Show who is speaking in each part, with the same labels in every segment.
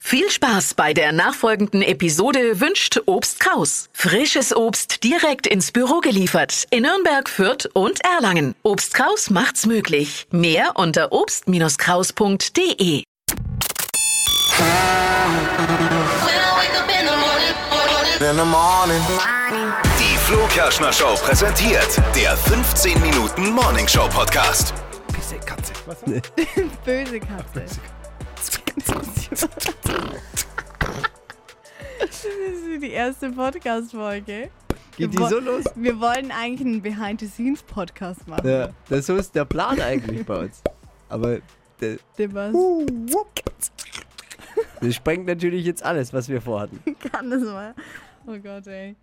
Speaker 1: Viel Spaß bei der nachfolgenden Episode wünscht Obst Kraus. Frisches Obst direkt ins Büro geliefert in Nürnberg, Fürth und Erlangen. Obst Kraus macht's möglich. Mehr unter obst-kraus.de.
Speaker 2: in the morning.
Speaker 3: Die Flo Kerschner Show präsentiert der 15 Minuten Morning Show Podcast.
Speaker 4: Böse Katze. Das ist die erste Podcast-Folge.
Speaker 5: Geht die
Speaker 4: Wir wo-
Speaker 5: so los?
Speaker 4: Wir wollen eigentlich einen Behind-the-Scenes-Podcast machen.
Speaker 5: Ja, das so ist der Plan eigentlich bei uns. Aber der-
Speaker 4: Dem was
Speaker 5: das sprengt natürlich jetzt alles, was wir vorhatten.
Speaker 4: kann das mal? Oh Gott, ey.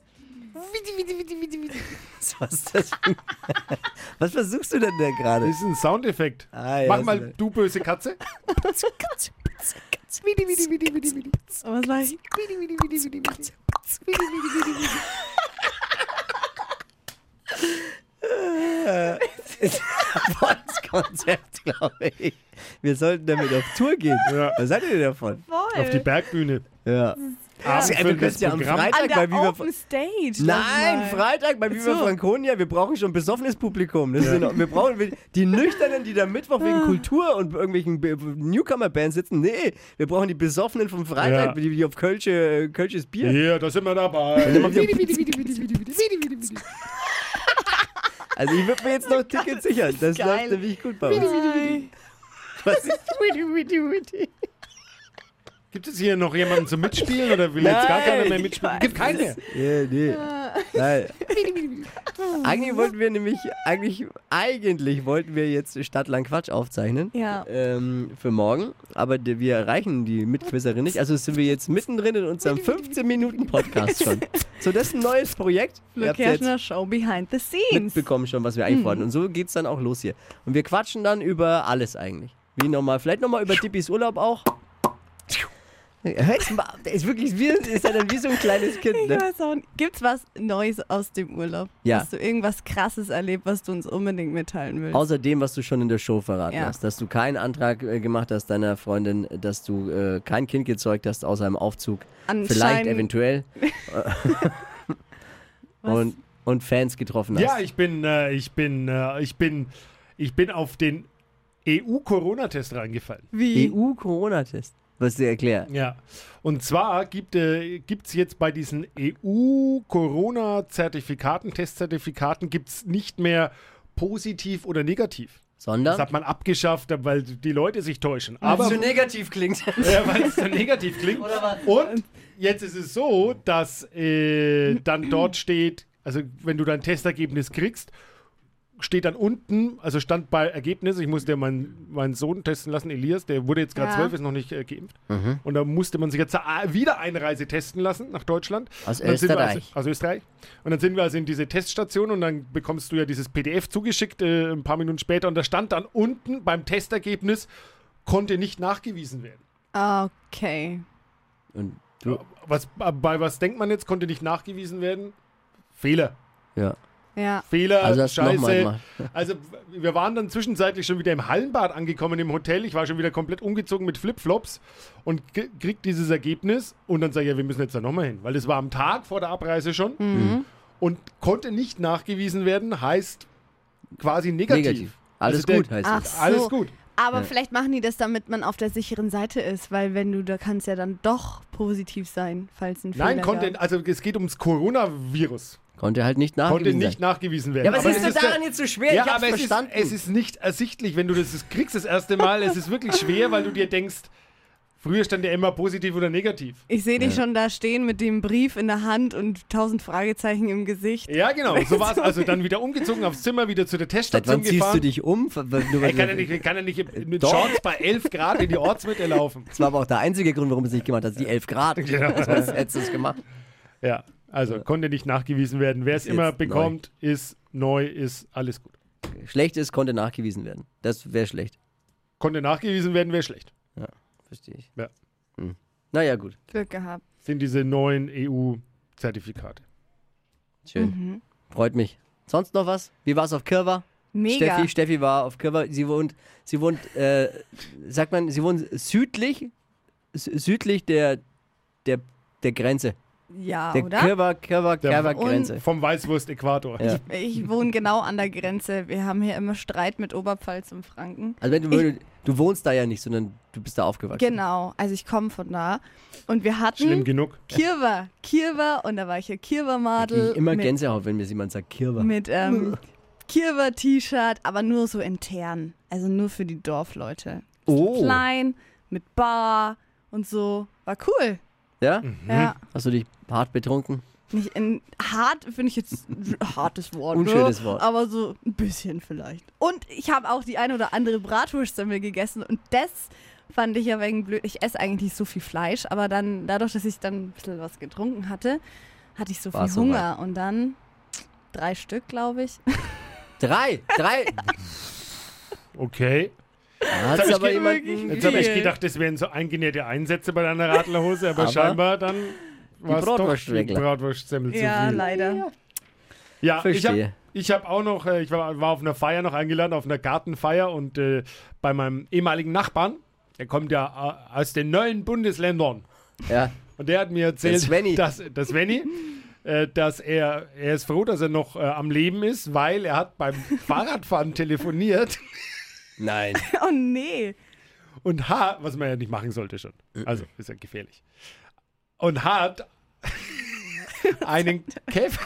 Speaker 5: Was, ist das für ein- was versuchst du denn da gerade?
Speaker 6: Das ist ein Soundeffekt.
Speaker 5: Ah, ja,
Speaker 6: Mach
Speaker 5: ist
Speaker 6: mal,
Speaker 5: eine-
Speaker 6: du böse Katze.
Speaker 4: Oh, Was war ich?
Speaker 5: Volles Konzept, glaube ich. Wir sollten damit auf Tour gehen.
Speaker 6: Ja.
Speaker 5: Was seid ihr denn davon?
Speaker 4: Voll.
Speaker 6: Auf die Bergbühne.
Speaker 5: Ja. Ey, wir können
Speaker 6: Abendfüllendes
Speaker 5: ja am
Speaker 6: Programm.
Speaker 5: Freitag
Speaker 4: An
Speaker 5: bei
Speaker 4: der
Speaker 5: Viva
Speaker 4: Open
Speaker 5: Nein,
Speaker 4: Stage. lass mal.
Speaker 5: Freitag bei Viva
Speaker 4: so.
Speaker 5: Franconia. Wir brauchen schon besoffenes Publikum. Das ist in Ordnung. wir brauchen wir- die Nüchternen, die da Mittwoch wegen Kultur und irgendwelchen Be- Newcomer-Bands sitzen. Nee, wir brauchen die Besoffenen vom Freitag,
Speaker 6: Ja.
Speaker 5: die, die auf Kölsche, Kölsches Bier.
Speaker 6: Ja, da sind wir dabei.
Speaker 5: Also ich würde mir jetzt noch Tickets sichern. Das läuft nämlich gut bei uns.
Speaker 4: Nein.
Speaker 5: Was ist
Speaker 6: Gibt es hier noch jemanden zum Mitspielen oder will jetzt gar
Speaker 5: Nein.
Speaker 6: keiner mehr mitspielen? Gibt keine.
Speaker 5: Ja, nee. Nein. Eigentlich wollten wir nämlich, eigentlich, eigentlich wollten wir jetzt Stadtland Quatsch aufzeichnen.
Speaker 4: Ja.
Speaker 5: Ähm, für morgen. Aber die, wir erreichen die Mitquizzerin nicht. Also sind wir jetzt mittendrin in unserem 15-Minuten-Podcast schon. So, das ist ein neues Projekt. Ihr
Speaker 4: Flo
Speaker 5: habt ja jetzt
Speaker 4: Kerschner Show Behind the Scenes.
Speaker 5: mitbekommen schon, was wir eigentlich wollten. Und so geht's dann auch los hier. Und wir quatschen dann über alles eigentlich. Wie nochmal, vielleicht nochmal über Dippis Urlaub auch. Jetzt ma- der Ist wirklich wie, ist er dann wie so ein kleines Kind,
Speaker 4: Ich
Speaker 5: ne?
Speaker 4: weiß auch nicht. Gibt's was Neues aus dem Urlaub?
Speaker 5: Ja.
Speaker 4: Hast du irgendwas Krasses erlebt, was du uns unbedingt mitteilen willst?
Speaker 5: Außer dem, was du schon in der Show verraten
Speaker 4: Ja.
Speaker 5: hast, dass du keinen Antrag äh, gemacht hast deiner Freundin, dass du äh, kein Kind gezeugt hast außer im Aufzug. Vielleicht
Speaker 4: Anscheinend-
Speaker 5: eventuell.
Speaker 4: Was?
Speaker 5: und, und Fans getroffen hast.
Speaker 6: Ja, ich bin, äh, ich bin, äh, ich bin, ich bin auf den EU-Corona-Test reingefallen.
Speaker 5: E
Speaker 4: Wie?
Speaker 5: EU-Corona-Test. Was dir erklärt.
Speaker 6: Ja. Und zwar gibt es jetzt bei diesen E EU-Corona-Zertifikaten, Testzertifikaten, gibt es nicht mehr positiv oder negativ. Das
Speaker 5: Sondern.
Speaker 6: hat man abgeschafft, weil die Leute sich täuschen. Aber
Speaker 5: negativ klingt.
Speaker 6: Ja, weil es so negativ klingt. Und jetzt ist es so, dass äh, dann dort steht, also wenn du dein Testergebnis kriegst, steht dann unten, also stand bei Ergebnis, ich musste ja meinen, meinen Sohn testen lassen, Elias, der wurde jetzt gerade
Speaker 4: Ja.
Speaker 6: zwölf, ist noch nicht äh, geimpft.
Speaker 5: Mhm.
Speaker 6: Und da musste man sich jetzt äh, wieder Einreise testen lassen nach Deutschland.
Speaker 5: Aus
Speaker 6: Und dann sind wir
Speaker 5: Österreich.
Speaker 6: Also, aus Österreich. Und dann sind wir also in diese Teststation und dann bekommst du ja dieses PDF zugeschickt, äh, ein paar Minuten später. Und da stand dann unten beim Testergebnis, konnte nicht nachgewiesen werden.
Speaker 4: Okay.
Speaker 5: Und du.
Speaker 6: Was, bei was denkt man jetzt? Konnte nicht nachgewiesen werden? Fehler.
Speaker 5: Ja.
Speaker 4: Ja.
Speaker 6: Fehler,
Speaker 5: Also hast du nochmal
Speaker 6: Scheiße.
Speaker 5: gemacht.
Speaker 6: Also wir waren dann zwischenzeitlich schon wieder im Hallenbad angekommen im Hotel. Ich war schon wieder komplett umgezogen mit Flipflops und k- krieg dieses Ergebnis und dann sage ich, ja, wir müssen jetzt da nochmal hin, weil das war am Tag vor der Abreise schon
Speaker 4: Mhm.
Speaker 6: und konnte nicht nachgewiesen werden, heißt quasi negativ.
Speaker 5: Negativ. Alles
Speaker 6: Also der-
Speaker 5: gut heißt
Speaker 4: Ach
Speaker 5: es.
Speaker 4: so.
Speaker 6: Alles gut.
Speaker 4: Aber vielleicht machen die das, damit man auf der sicheren Seite ist, weil wenn du, da kannst ja dann doch positiv sein, falls ein Fehler
Speaker 6: Nein, konnte,
Speaker 4: gab.
Speaker 6: also es geht ums Coronavirus.
Speaker 5: Konnte halt nicht nachgewiesen
Speaker 6: Konnte nicht
Speaker 5: sein.
Speaker 6: nachgewiesen werden.
Speaker 5: Ja, aber, es ist
Speaker 6: es
Speaker 5: doch
Speaker 6: der-
Speaker 5: daran jetzt so schwer. ich hab's
Speaker 6: aber es
Speaker 5: verstanden.
Speaker 6: Ist, es ist nicht ersichtlich, wenn du das das kriegst das erste Mal. es ist wirklich schwer, weil du dir denkst, früher stand ja immer positiv oder negativ.
Speaker 4: Ich sehe dich schon da stehen mit dem Brief in der Hand und tausend Fragezeichen im Gesicht.
Speaker 6: Ja, genau. So war es. Also dann wieder umgezogen aufs Zimmer, wieder zu der
Speaker 5: Seit
Speaker 6: Teststation
Speaker 5: wann ziehst
Speaker 6: gefahren.
Speaker 5: du dich um? Nur weil-
Speaker 6: Ich kann ja nicht, ich kann ja nicht mit
Speaker 5: Doch.
Speaker 6: Shorts bei 11 Grad in die Ortsmitte laufen.
Speaker 5: Das war aber auch der einzige Grund, warum es nicht gemacht hat. Die 11 Grad.
Speaker 6: Genau.
Speaker 5: Sonst hättest du es gemacht.
Speaker 6: Ja, also konnte nicht nachgewiesen werden. Wer es
Speaker 5: Ist
Speaker 6: immer
Speaker 5: jetzt neu.
Speaker 6: bekommt, ist neu, ist alles gut.
Speaker 5: Schlecht ist, konnte nachgewiesen werden. Das wäre schlecht.
Speaker 6: Konnte nachgewiesen werden, wäre schlecht.
Speaker 5: Verstehe ich.
Speaker 6: Ja.
Speaker 5: Hm. Naja, gut.
Speaker 4: Glück gehabt.
Speaker 6: Sind diese neuen E EU-Zertifikate.
Speaker 5: Schön. Freut mich. Sonst noch was? Wie war es auf Kirwa?
Speaker 4: Mega.
Speaker 5: Steffi, Steffi war auf Kirwa. Sie wohnt, sie wohnt, äh, sagt man, sie wohnt südlich, sü- südlich der, der, der Grenze.
Speaker 4: Ja,
Speaker 5: Der
Speaker 4: Ah, oder?
Speaker 6: Der-
Speaker 5: Kirwa-Kirwa-Kirwa-Grenze.
Speaker 6: Vom Weißwurst-Äquator.
Speaker 5: Ja.
Speaker 4: Ich wohne genau an der Grenze. Wir haben hier immer Streit mit Oberpfalz und Franken.
Speaker 5: Also wenn du, wenn du, du wohnst da ja nicht, sondern du bist da aufgewachsen.
Speaker 4: Genau, also ich komme von da. Und wir
Speaker 6: Schlimm
Speaker 4: hatten
Speaker 6: genug.
Speaker 4: Kirwa, Kirwa und da war ich ja Kirwa-Madel.
Speaker 5: Ich immer
Speaker 4: mit-
Speaker 5: Gänsehaut, wenn mir jemand sagt Kirwa.
Speaker 4: mit ähm, Kirwa-T-Shirt, aber nur so intern. Also nur für die Dorfleute.
Speaker 5: Oh.
Speaker 4: Klein, mit Bar und so. War cool.
Speaker 5: Ja?
Speaker 6: Mhm.
Speaker 4: Ja.
Speaker 5: Hast du dich hart betrunken?
Speaker 4: Nicht in, hart finde ich jetzt hartes Wort.
Speaker 5: Unschönes
Speaker 4: ne?
Speaker 5: Wort.
Speaker 4: Aber so ein bisschen vielleicht. Und ich habe auch die eine oder andere Bratwurstsemmel gegessen und das fand ich ja wegen blöd. Ich esse eigentlich nicht so viel Fleisch, aber dann dadurch, dass ich dann ein bisschen was getrunken hatte, hatte ich so
Speaker 5: War's
Speaker 4: viel Hunger und dann drei Stück, glaube ich.
Speaker 5: Drei! Drei!
Speaker 6: Okay.
Speaker 5: Hat
Speaker 6: hab ich
Speaker 5: aber
Speaker 6: ge-
Speaker 5: jemanden
Speaker 6: Jetzt habe ich
Speaker 4: Viel.
Speaker 6: gedacht, das wären so eingenähte Einsätze bei deiner Radlerhose, aber,
Speaker 5: Aber
Speaker 6: scheinbar dann war es doch die
Speaker 5: Bratwurstregler.
Speaker 6: Bratwurstsemmel
Speaker 4: ja,
Speaker 6: zu viel.
Speaker 4: leider.
Speaker 6: Ja,
Speaker 5: Verstehe.
Speaker 6: ich habe ich hab auch noch, äh, ich war, war auf einer Feier noch eingeladen, auf einer Gartenfeier und äh, bei meinem ehemaligen Nachbarn, der kommt ja äh, aus den neuen Bundesländern
Speaker 5: Ja.
Speaker 6: und der hat mir erzählt,
Speaker 5: Svenny.
Speaker 6: dass das Svenny, äh, dass er, er ist froh, dass er noch äh, am Leben ist, weil er hat beim Fahrradfahren telefoniert
Speaker 5: Nein.
Speaker 4: Oh nee.
Speaker 6: und hat, was man ja nicht machen sollte schon,
Speaker 5: Mhm.
Speaker 6: also ist ja gefährlich, und hat einen Käfer,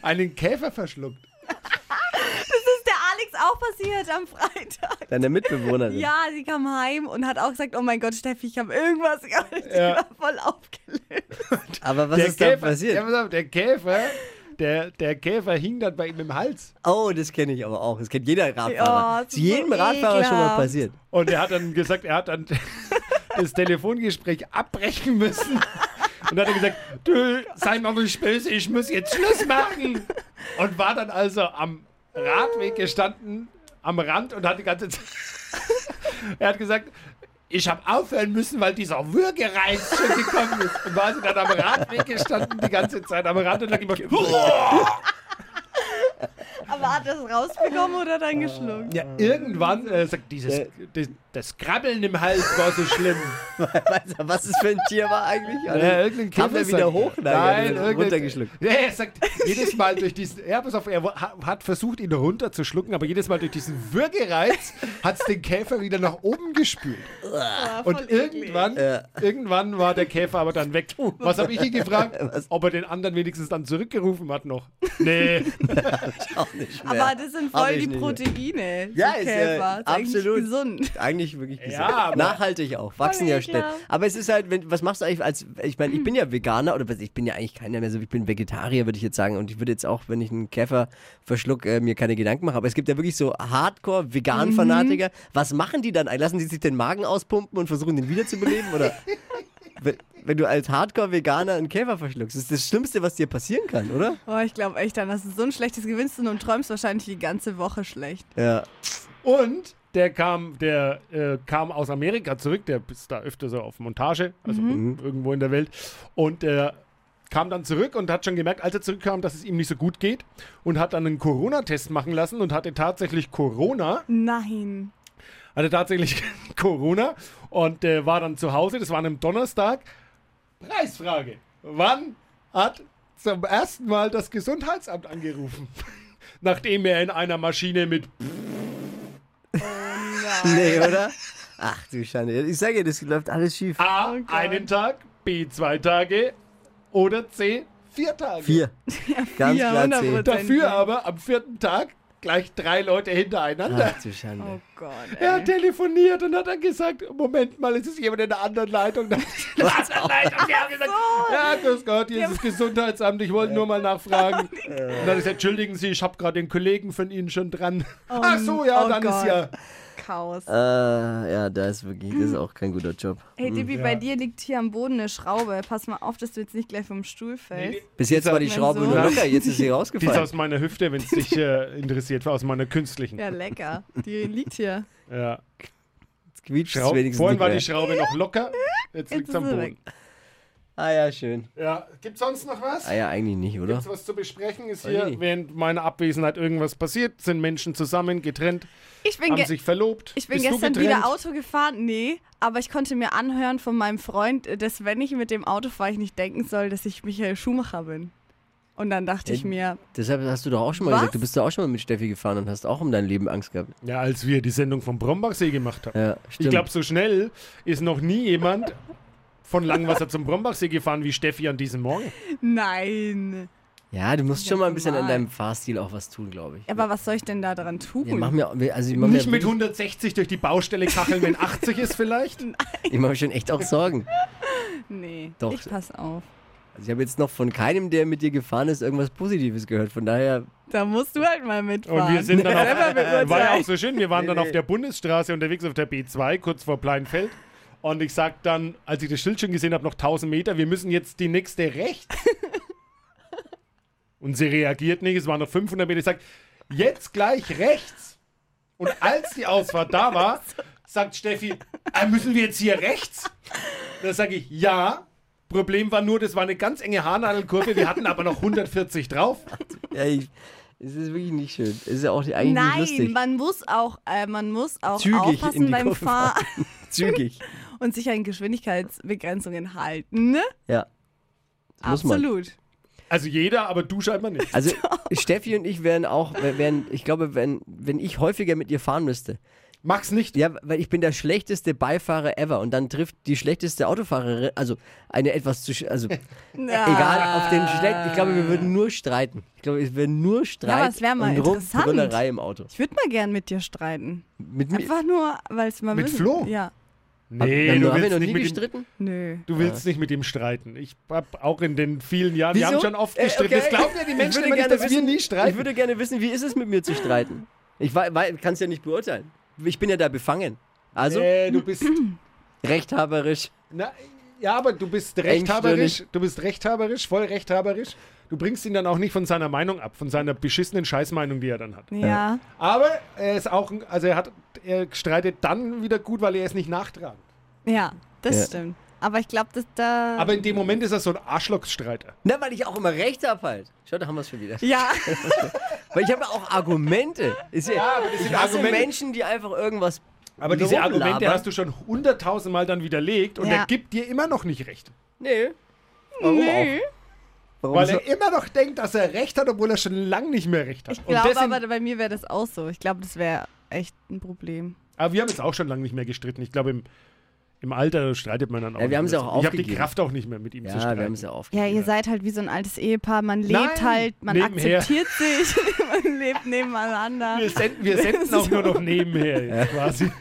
Speaker 6: einen Käfer verschluckt.
Speaker 4: Das ist der Alex auch passiert am Freitag.
Speaker 5: Deine Mitbewohnerin.
Speaker 4: Ja, sie kam heim und hat auch gesagt, oh mein Gott, Steffi, ich habe irgendwas gemacht. Ich
Speaker 6: Ja.
Speaker 4: war voll aufgelöst.
Speaker 5: Aber was ist da
Speaker 6: Ja,
Speaker 5: passiert?
Speaker 6: pass auf, der Käfer, der, der Käfer hing dann bei ihm im Hals.
Speaker 5: Oh, das kenne ich aber auch. Das kennt jeder
Speaker 4: Ja,
Speaker 5: Radfahrer.
Speaker 4: das
Speaker 5: ist
Speaker 4: ist
Speaker 5: jedem
Speaker 4: Oh, so
Speaker 5: Radfahrer schon mal
Speaker 4: ekelhaft.
Speaker 5: passiert.
Speaker 6: Und er hat dann gesagt, er hat dann das Telefongespräch abbrechen müssen. Und hat dann gesagt, du, sei mal nicht böse, ich muss jetzt Schluss machen. Und war dann also am Radweg gestanden, am Rand und hat die ganze Zeit... Er hat gesagt, ich habe aufhören müssen, weil dieser Würgereiz schon gekommen ist. Und war also dann am Radweg gestanden, die ganze Zeit am Rand und hat gemacht...
Speaker 4: Aber hat das rausbekommen oder
Speaker 5: Äh,
Speaker 4: dann geschluckt?
Speaker 6: Ja, irgendwann äh, sagt dieses,
Speaker 5: Ja.
Speaker 6: das, das Krabbeln im Hals war so schlimm.
Speaker 5: Weißt du, was es für ein Tier war eigentlich?
Speaker 6: Ja, irgendein
Speaker 5: Kam der
Speaker 6: Käfer
Speaker 5: wieder
Speaker 6: sagt-
Speaker 5: hoch? Nein, er hat ihn
Speaker 6: irgendein-
Speaker 5: runtergeschluckt.
Speaker 6: Ja, er sagt jedes Mal durch diesen, ja, pass auf, er wa- ha- hat versucht, ihn runterzuschlucken, aber jedes Mal durch diesen Würgereiz hat es den Käfer wieder nach oben gespült.
Speaker 4: War voll
Speaker 6: Und
Speaker 4: eklig.
Speaker 6: irgendwann,
Speaker 5: Ja.
Speaker 6: irgendwann war der Käfer aber dann weg. Was habe ich ihn gefragt?
Speaker 5: Was?
Speaker 6: Ob er den anderen wenigstens dann zurückgerufen hat noch. Nee.
Speaker 5: Auch nicht mehr.
Speaker 4: Aber das sind
Speaker 5: Hab
Speaker 4: voll
Speaker 5: ich
Speaker 4: die
Speaker 5: nicht mehr.
Speaker 4: Proteine.
Speaker 5: Ja,
Speaker 4: so
Speaker 5: ist, äh,
Speaker 4: Käfer. ist eigentlich
Speaker 5: absolut.
Speaker 4: gesund.
Speaker 5: Eigentlich wirklich gesund.
Speaker 6: Ja, aber-
Speaker 5: Nachhaltig auch. Wachsen ja
Speaker 4: Voll
Speaker 5: schnell.
Speaker 4: klar.
Speaker 5: Aber es ist halt, wenn, was machst du eigentlich als, ich meine, ich bin ja Veganer oder was- ich bin ja eigentlich keiner mehr so, ich bin Vegetarier, würde ich jetzt sagen. Und ich würde jetzt auch, wenn ich einen Käfer verschluck, äh, mir keine Gedanken machen. Aber es gibt ja wirklich so Hardcore-Vegan-Fanatiker.
Speaker 4: Mhm.
Speaker 5: Was machen die dann? eigentlich? Lassen die sich den Magen auspumpen und versuchen, den wiederzubeleben? oder wenn, wenn du als Hardcore-Veganer einen Käfer verschluckst, das ist das Schlimmste, was dir passieren kann, oder?
Speaker 4: Oh, ich glaube echt, dann hast du so ein schlechtes Gewissen und träumst wahrscheinlich die ganze Woche schlecht.
Speaker 5: Ja.
Speaker 6: Und der kam, der äh, kam aus Amerika zurück, der ist da öfter so auf Montage, also irgendwo in der Welt. Und er kam dann zurück und hat schon gemerkt, als er zurückkam, dass es ihm nicht so gut geht und hat dann einen Corona-Test machen lassen und hatte tatsächlich Corona
Speaker 4: Nein.
Speaker 6: hatte tatsächlich Corona und äh, war dann zu Hause. Das war an einem Donnerstag. Preisfrage. Wann hat zum ersten Mal das Gesundheitsamt angerufen? Nachdem er in einer Maschine mit
Speaker 4: Ah.
Speaker 5: Nee, oder? Ach du Schande. Ich sage dir, das läuft alles schief.
Speaker 6: A,
Speaker 4: Oh
Speaker 6: einen Tag, B, zwei Tage oder C, vier Tage.
Speaker 5: Vier. Ganz
Speaker 4: vier,
Speaker 5: klar
Speaker 4: 100%.
Speaker 5: zehn.
Speaker 6: Dafür aber am vierten Tag gleich drei Leute hintereinander.
Speaker 5: Ach du Schande.
Speaker 4: Oh Gott.
Speaker 6: Er
Speaker 4: Ey.
Speaker 6: hat telefoniert und hat dann gesagt, Moment mal, es ist jemand in der anderen Leitung. Dann- In der anderen Leitung. Die haben gesagt, ja, grüß Gott, hier ist das Gesundheitsamt, ich wollte nur mal nachfragen. Und dann hat er gesagt, entschuldigen Sie, ich habe gerade den Kollegen von Ihnen schon dran. Ach so, ja,
Speaker 4: oh
Speaker 6: dann ist
Speaker 4: Gott.
Speaker 6: ja...
Speaker 4: Chaos.
Speaker 5: Äh, mm, ja, da ist wirklich, das ist auch kein guter Job.
Speaker 4: Hey, Dibi, bei dir liegt hier am Boden eine Schraube. Pass mal auf, dass du jetzt nicht gleich vom Stuhl fällst.
Speaker 5: Bis jetzt war die
Speaker 4: Mein
Speaker 5: Schraube
Speaker 4: Sohn.
Speaker 5: nur locker, jetzt ist sie
Speaker 6: Die ist
Speaker 5: rausgefallen.
Speaker 6: aus meiner Hüfte, wenn es dich äh, interessiert, war aus meiner künstlichen.
Speaker 4: Ja, lecker. Die liegt hier.
Speaker 6: Ja.
Speaker 5: Jetzt quietscht es
Speaker 6: Schraub-
Speaker 5: wenigstens
Speaker 6: Vorhin
Speaker 5: nicht
Speaker 6: war die
Speaker 5: mehr.
Speaker 6: Schraube noch locker,
Speaker 4: Jetzt
Speaker 6: jetzt liegt
Speaker 4: ist
Speaker 6: es am
Speaker 4: sie
Speaker 6: Boden.
Speaker 4: weg.
Speaker 5: Ah ja, schön.
Speaker 6: Ja, gibt's sonst noch was?
Speaker 5: Ah ja, eigentlich nicht, oder?
Speaker 6: Gibt's was zu besprechen? Ist
Speaker 5: Weiß ich
Speaker 6: hier
Speaker 5: nicht.
Speaker 6: während meiner Abwesenheit irgendwas passiert? Sind Menschen zusammen, getrennt,
Speaker 4: Ich bin,
Speaker 6: haben
Speaker 4: ge
Speaker 6: sich verlobt?
Speaker 4: ich bin
Speaker 6: Bist du
Speaker 4: gestern
Speaker 6: getrennt?
Speaker 4: wieder Auto gefahren. Nee, aber ich konnte mir anhören von meinem Freund, äh, dass wenn ich mit dem Auto fahre, ich nicht denken soll, dass ich Michael Schumacher bin. Und dann dachte ich
Speaker 5: Ja,
Speaker 4: mir,
Speaker 5: Deshalb hast du doch auch schon mal
Speaker 4: Was?
Speaker 5: gesagt, du bist doch auch schon mal mit Steffi gefahren und hast auch um dein Leben Angst gehabt.
Speaker 6: Ja, als wir die Sendung vom Brombachsee gemacht haben.
Speaker 5: Ja, stimmt.
Speaker 6: ich glaube, so schnell ist noch nie jemand von Langwasser zum Brombachsee gefahren wie Steffi an diesem Morgen.
Speaker 4: nein.
Speaker 5: ja, du musst schon mal ein bisschen an
Speaker 4: normal.
Speaker 5: deinem Fahrstil auch was tun, glaube ich.
Speaker 4: Aber was soll ich denn da dran tun?
Speaker 5: Ja, mach mir, also ich mache mir,
Speaker 6: Nicht mit 160 durch die Baustelle kacheln, wenn 80 ist vielleicht.
Speaker 5: ich mach mir schon echt auch Sorgen.
Speaker 4: nee,
Speaker 5: Doch.
Speaker 4: ich pass auf.
Speaker 5: Also ich habe jetzt noch von keinem, der mit dir gefahren ist, irgendwas Positives gehört. Von daher,
Speaker 4: Da musst du halt mal mitfahren.
Speaker 6: Und wir sind dann
Speaker 4: Selber
Speaker 6: auf,
Speaker 4: beurteilen.
Speaker 6: war ja auch so schön, wir waren
Speaker 5: Nee,
Speaker 6: dann
Speaker 5: nee.
Speaker 6: auf der Bundesstraße unterwegs, auf der B2, kurz vor Pleinfeld. Und ich sag dann, als ich das Schild schon gesehen habe, noch 1000 Meter, wir müssen jetzt die nächste rechts. Und sie reagiert nicht, es waren noch 500 Meter. Ich sag, jetzt gleich rechts. Und als die Ausfahrt da war, sagt Steffi, "Ah, müssen wir jetzt hier rechts? Da sage ich, ja. Problem war nur, das war eine ganz enge Haarnadelkurve, wir hatten aber noch 140 drauf.
Speaker 5: ja, ich, es ist wirklich nicht schön. Es ist ja auch eigentlich
Speaker 4: Nein,
Speaker 5: nicht lustig.
Speaker 4: man muss auch, äh, man muss auch
Speaker 5: Zügig in
Speaker 4: aufpassen
Speaker 5: die
Speaker 4: beim
Speaker 5: Kurve
Speaker 4: Fahren
Speaker 5: Zügig.
Speaker 4: und sich an Geschwindigkeitsbegrenzungen halten. Ne?
Speaker 5: Ja. Das muss man.
Speaker 4: Absolut.
Speaker 6: Also jeder, aber du scheinbar nicht.
Speaker 5: Also Steffi und ich wären auch, wären, ich glaube, wenn, wenn ich häufiger mit ihr fahren müsste,
Speaker 6: Mach's nicht.
Speaker 5: Ja, weil ich bin der schlechteste Beifahrer ever und dann trifft die schlechteste Autofahrerin, also eine etwas zu, sch- also egal, auf den schlechten, ich glaube, wir würden nur streiten. Ich glaube, es wäre nur Streit
Speaker 4: aber es wär mal
Speaker 5: und Rum-
Speaker 4: interessant.
Speaker 5: Brüllerei im Auto.
Speaker 4: Ich würde mal gern mit dir streiten.
Speaker 5: Mit mir.
Speaker 4: Einfach nur, weil es mal
Speaker 6: Mit
Speaker 4: müssen.
Speaker 6: Flo?
Speaker 4: Ja.
Speaker 5: Haben-
Speaker 6: Nee,
Speaker 5: haben
Speaker 6: du
Speaker 5: wir
Speaker 6: willst,
Speaker 5: noch nie
Speaker 6: nicht mit ihm,
Speaker 5: gestritten?
Speaker 4: Nö.
Speaker 6: du willst nicht mit ihm streiten. Ich hab auch in den vielen Jahren, wir haben schon oft
Speaker 5: Äh,
Speaker 6: gestritten.
Speaker 5: okay.
Speaker 6: Das glauben ja die
Speaker 5: Ich
Speaker 6: Menschen
Speaker 5: würde
Speaker 6: immer nicht,
Speaker 5: gerne
Speaker 6: dass wir
Speaker 5: wissen-
Speaker 6: nie
Speaker 5: Ich
Speaker 6: streiten.
Speaker 5: würde gerne wissen, wie ist es mit mir zu streiten? Ich kann es ja nicht beurteilen. Ich bin ja da befangen. Also,
Speaker 6: äh, du bist,
Speaker 5: rechthaberisch.
Speaker 6: na, ja, aber du bist rechthaberisch, du bist rechthaberisch, voll rechthaberisch. Du bringst ihn dann auch nicht von seiner Meinung ab, von seiner beschissenen Scheißmeinung, die er dann hat.
Speaker 4: Ja.
Speaker 6: Aber er ist auch, ein- also er hat, er streitet dann wieder gut, weil er es nicht nachtragt.
Speaker 4: Ja, das
Speaker 5: Ja.
Speaker 4: stimmt. Aber ich glaube, dass da.
Speaker 6: Aber in dem Moment ist er so ein Arschlochstreiter.
Speaker 5: Na, weil ich auch immer Recht habe halt. Schau, da haben wir es schon wieder.
Speaker 4: ja.
Speaker 5: Weil ich habe ja auch Argumente. Ist ja,
Speaker 6: aber das sind
Speaker 5: ich hasse
Speaker 6: Argumente.
Speaker 5: Menschen, die einfach irgendwas.
Speaker 6: Aber diese Argumente
Speaker 5: rumlabern.
Speaker 6: hast du schon hunderttausendmal dann widerlegt und
Speaker 4: Ja.
Speaker 6: er gibt dir immer noch nicht recht.
Speaker 5: Nee. Warum
Speaker 4: Nö.
Speaker 5: auch? Warum
Speaker 6: Weil
Speaker 5: so?
Speaker 6: er immer noch denkt, dass er recht hat, obwohl er schon lange nicht mehr recht hat.
Speaker 4: Ich
Speaker 6: Und
Speaker 4: glaube,
Speaker 6: deswegen-
Speaker 4: aber bei mir wäre das auch so. Ich glaube, das wäre echt ein Problem.
Speaker 6: aber wir haben jetzt auch schon lange nicht mehr gestritten. Ich glaube, im, im Alter streitet man dann
Speaker 5: Ja,
Speaker 6: auch.
Speaker 5: wir
Speaker 6: nicht
Speaker 5: haben's
Speaker 6: mehr
Speaker 5: ja auch
Speaker 6: so. Ich habe die
Speaker 5: aufgegeben.
Speaker 6: Kraft auch nicht mehr, mit ihm zu
Speaker 5: Ja,
Speaker 6: streiten.
Speaker 5: wir haben es ja
Speaker 4: Ja,
Speaker 5: aufgegeben.
Speaker 4: ihr seid halt wie so ein altes Ehepaar. Man lebt
Speaker 6: Nein,
Speaker 4: halt, man
Speaker 6: nebenher.
Speaker 4: akzeptiert sich, man lebt nebeneinander.
Speaker 6: wir senden, wir senden auch nur noch nebenher jetzt quasi.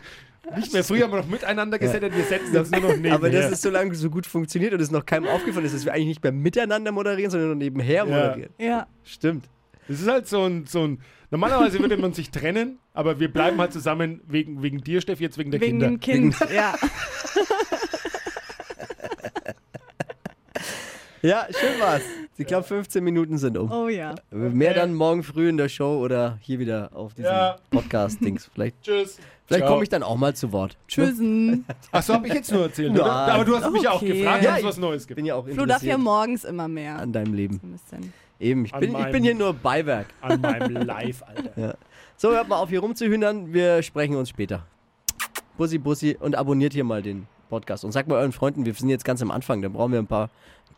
Speaker 6: Nicht mehr früher haben wir noch miteinander gesendet, wir senden das nur noch nebenher.
Speaker 5: Aber das ist so lange so gut funktioniert und es noch keinem aufgefallen ist, dass wir eigentlich nicht mehr miteinander moderieren, sondern nur nebenher moderieren.
Speaker 4: Ja.
Speaker 5: Stimmt.
Speaker 6: Es ist halt so ein, so ein. Normalerweise würde man sich trennen, aber wir bleiben halt zusammen wegen, wegen dir, Steffi, jetzt wegen der
Speaker 4: Wegen
Speaker 6: Kinder.
Speaker 4: dem Kind, ja.
Speaker 5: Ja, schön war's. Ich glaube, 15 Minuten sind um.
Speaker 4: Oh ja.
Speaker 5: Mehr dann morgen früh in der Show oder hier wieder auf diesem
Speaker 6: Ja.
Speaker 5: Podcast-Dings. Vielleicht,
Speaker 6: Tschüss.
Speaker 5: vielleicht
Speaker 6: Ciao.
Speaker 5: komme ich dann auch mal zu Wort. Ne?
Speaker 4: Tschüssen.
Speaker 6: Achso, habe ich jetzt nur erzählt,
Speaker 5: Nein.
Speaker 6: oder? Aber du hast mich ja auch
Speaker 4: Okay.
Speaker 6: gefragt,
Speaker 5: Ja,
Speaker 6: ob es
Speaker 5: ich-
Speaker 6: was Neues gibt.
Speaker 5: Bin ja auch
Speaker 4: Flo darf ja
Speaker 5: interessiert
Speaker 4: morgens immer mehr.
Speaker 5: an deinem Leben.
Speaker 4: So ein bisschen.
Speaker 5: Eben, ich
Speaker 6: An
Speaker 5: bin, ich bin
Speaker 6: meinem-
Speaker 5: hier nur Beiwerk.
Speaker 6: An meinem Live, Alter.
Speaker 5: So, hört mal auf, hier rumzuhühnern. Wir sprechen uns später. Bussi, Bussi und abonniert hier mal den Podcast. Und sagt mal euren Freunden, wir sind jetzt ganz am Anfang, da brauchen wir ein paar,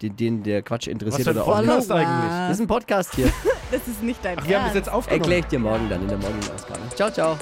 Speaker 5: die- denen der Quatsch
Speaker 6: Was
Speaker 5: interessiert
Speaker 6: für ein
Speaker 5: oder auch nicht.
Speaker 6: Podcast eigentlich?
Speaker 5: Das ist ein Podcast hier.
Speaker 4: Das ist nicht dein
Speaker 6: Ach, wir haben
Speaker 4: Ernst.
Speaker 6: das jetzt aufgenommen.
Speaker 5: Erkläre ich dir morgen dann in der morgigen Ausgabe. Ciao, ciao.